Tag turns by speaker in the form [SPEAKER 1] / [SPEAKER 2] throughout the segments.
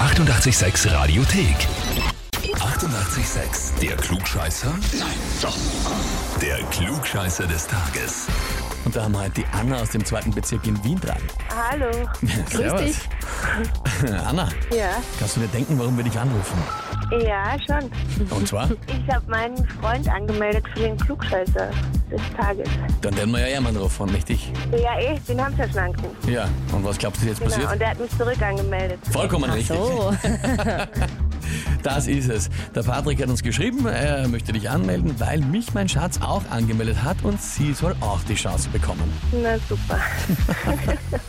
[SPEAKER 1] 886 Radiothek. 88,6. Der Klugscheißer? Nein, doch. Der Klugscheißer des Tages.
[SPEAKER 2] Und da haben wir halt die Anna aus dem zweiten Bezirk in Wien dran.
[SPEAKER 3] Hallo.
[SPEAKER 2] Servus. Anna,
[SPEAKER 3] Ja,
[SPEAKER 2] kannst du dir denken, warum wir dich anrufen?
[SPEAKER 3] ja, schon.
[SPEAKER 2] Und zwar,
[SPEAKER 3] Ich habe meinen Freund angemeldet für den Klugscheißer des Tages.
[SPEAKER 2] dann werden wir ja jemanden drauf von, nicht ich.
[SPEAKER 3] Ja, eh, den haben sie ja schon angerufen.
[SPEAKER 2] Ja, und was glaubst du, ist jetzt
[SPEAKER 3] Genau,
[SPEAKER 2] passiert?
[SPEAKER 3] und er hat mich zurück angemeldet.
[SPEAKER 2] Vollkommen richtig.
[SPEAKER 4] So,
[SPEAKER 2] Das ist es. Der Patrick hat uns geschrieben, er möchte dich anmelden, weil mich mein Schatz auch angemeldet hat und sie soll auch die Chance bekommen.
[SPEAKER 3] Na super.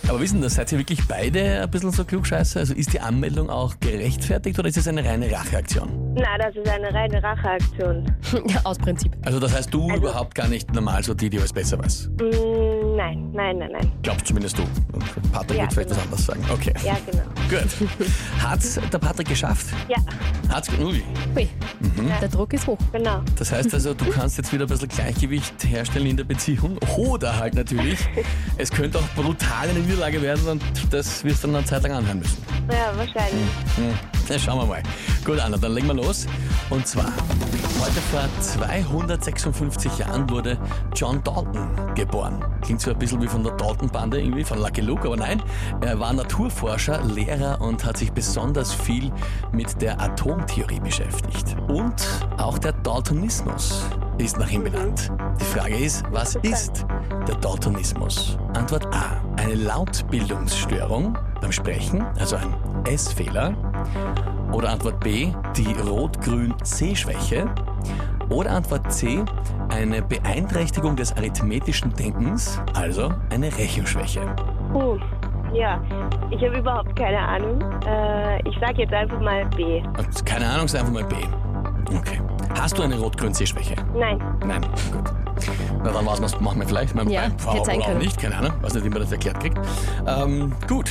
[SPEAKER 2] Aber wissen das, seid ihr wirklich beide ein bisschen so klugscheiße? Also ist die Anmeldung auch gerechtfertigt oder ist es eine reine Racheaktion?
[SPEAKER 3] Na, das ist eine reine Racheaktion.
[SPEAKER 4] aus Prinzip.
[SPEAKER 2] Also das heißt du überhaupt gar nicht normal so die, die alles besser weiß.
[SPEAKER 3] Mm, nein, nein, nein, nein.
[SPEAKER 2] Glaubst zumindest du. Und Patrick
[SPEAKER 3] Ja,
[SPEAKER 2] wird vielleicht
[SPEAKER 3] genau.
[SPEAKER 2] was anderes sagen. Okay.
[SPEAKER 3] Ja, genau.
[SPEAKER 2] Gut. Hat's der Patrick geschafft?
[SPEAKER 3] Ja,
[SPEAKER 2] Hat's Ui.
[SPEAKER 4] Hui, der Druck ist hoch.
[SPEAKER 3] genau.
[SPEAKER 2] Das heißt also, du kannst jetzt wieder ein bisschen Gleichgewicht herstellen in der Beziehung. Oder halt natürlich, es könnte auch brutal eine Niederlage werden und das wirst du dann eine Zeit lang anhören müssen.
[SPEAKER 3] Ja, wahrscheinlich.
[SPEAKER 2] Na, schauen wir mal. Gut, Anna, dann legen wir los. Und zwar, heute vor 256 Jahren wurde John Dalton geboren. Klingt so ein bisschen wie von der Dalton-Bande irgendwie, von Lucky Luke, aber nein. Er war Naturforscher, Lehrer und hat sich besonders viel mit der Atomtheorie beschäftigt. Und auch der Daltonismus ist nach ihm benannt. Die Frage ist, was ist der Daltonismus? Antwort A. Eine Lautbildungsstörung beim Sprechen, also ein S-Fehler. Oder Antwort B, die Rot-Grün-C-Schwäche. Oder Antwort C, eine Beeinträchtigung des arithmetischen Denkens, also eine Rechenschwäche.
[SPEAKER 3] Puh. Ja, ich habe überhaupt keine Ahnung. Äh, ich sage jetzt einfach mal B.
[SPEAKER 2] Und keine Ahnung, sei einfach mal B. Okay. Hast du eine Rot-Grün-C-Schwäche?
[SPEAKER 3] Nein.
[SPEAKER 2] Nein. Gut. Na dann war's, was machen wir vielleicht. Mein
[SPEAKER 4] Ja,
[SPEAKER 2] Frau
[SPEAKER 4] hätte sein
[SPEAKER 2] oder auch
[SPEAKER 4] können.
[SPEAKER 2] nicht, keine Ahnung. Weiß nicht, wie man das erklärt kriegt. Ähm, gut.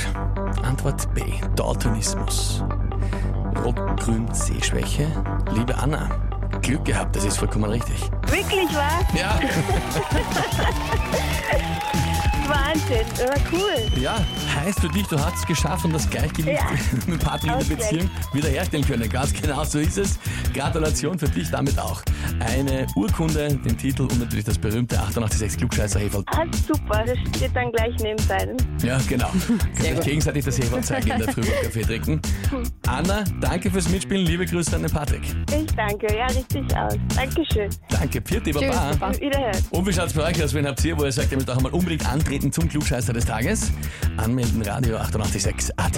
[SPEAKER 2] Antwort B. Daltonismus. Rot-Grün-C-Schwäche. Liebe Anna, Glück gehabt, das ist vollkommen richtig.
[SPEAKER 3] Wirklich was?
[SPEAKER 2] Ja.
[SPEAKER 3] Wahnsinn. War cool.
[SPEAKER 2] Ja, heißt für dich, du hast es geschafft und das Gleichgewicht
[SPEAKER 3] Ja.
[SPEAKER 2] mit Patrick in der
[SPEAKER 3] Ausgleich.
[SPEAKER 2] Beziehung wiederherstellen können. Ganz genau so ist es. Gratulation für dich damit auch. Eine Urkunde, den Titel und natürlich das berühmte 886 Klugscheißer Heferl.
[SPEAKER 3] Ah, super. Das steht dann gleich neben seinem.
[SPEAKER 2] Ja, genau. Könnt euch gegenseitig das Heferl zeigen in der Früh beim Kaffee trinken. Anna, danke fürs Mitspielen. Liebe Grüße an den Patrick.
[SPEAKER 3] Ich danke, ja, richtig aus. Dankeschön.
[SPEAKER 2] Danke, Pirti,
[SPEAKER 4] Tschüss,
[SPEAKER 2] Baba.
[SPEAKER 4] Baba.
[SPEAKER 3] Wiederhören.
[SPEAKER 2] Und wie schaut's bei euch aus? Wen habt ihr, wo ihr sagt, ihr müsst auch einmal unbedingt antreten zum Klugscheißer des Tages? Anmelden, Radio 886 AT.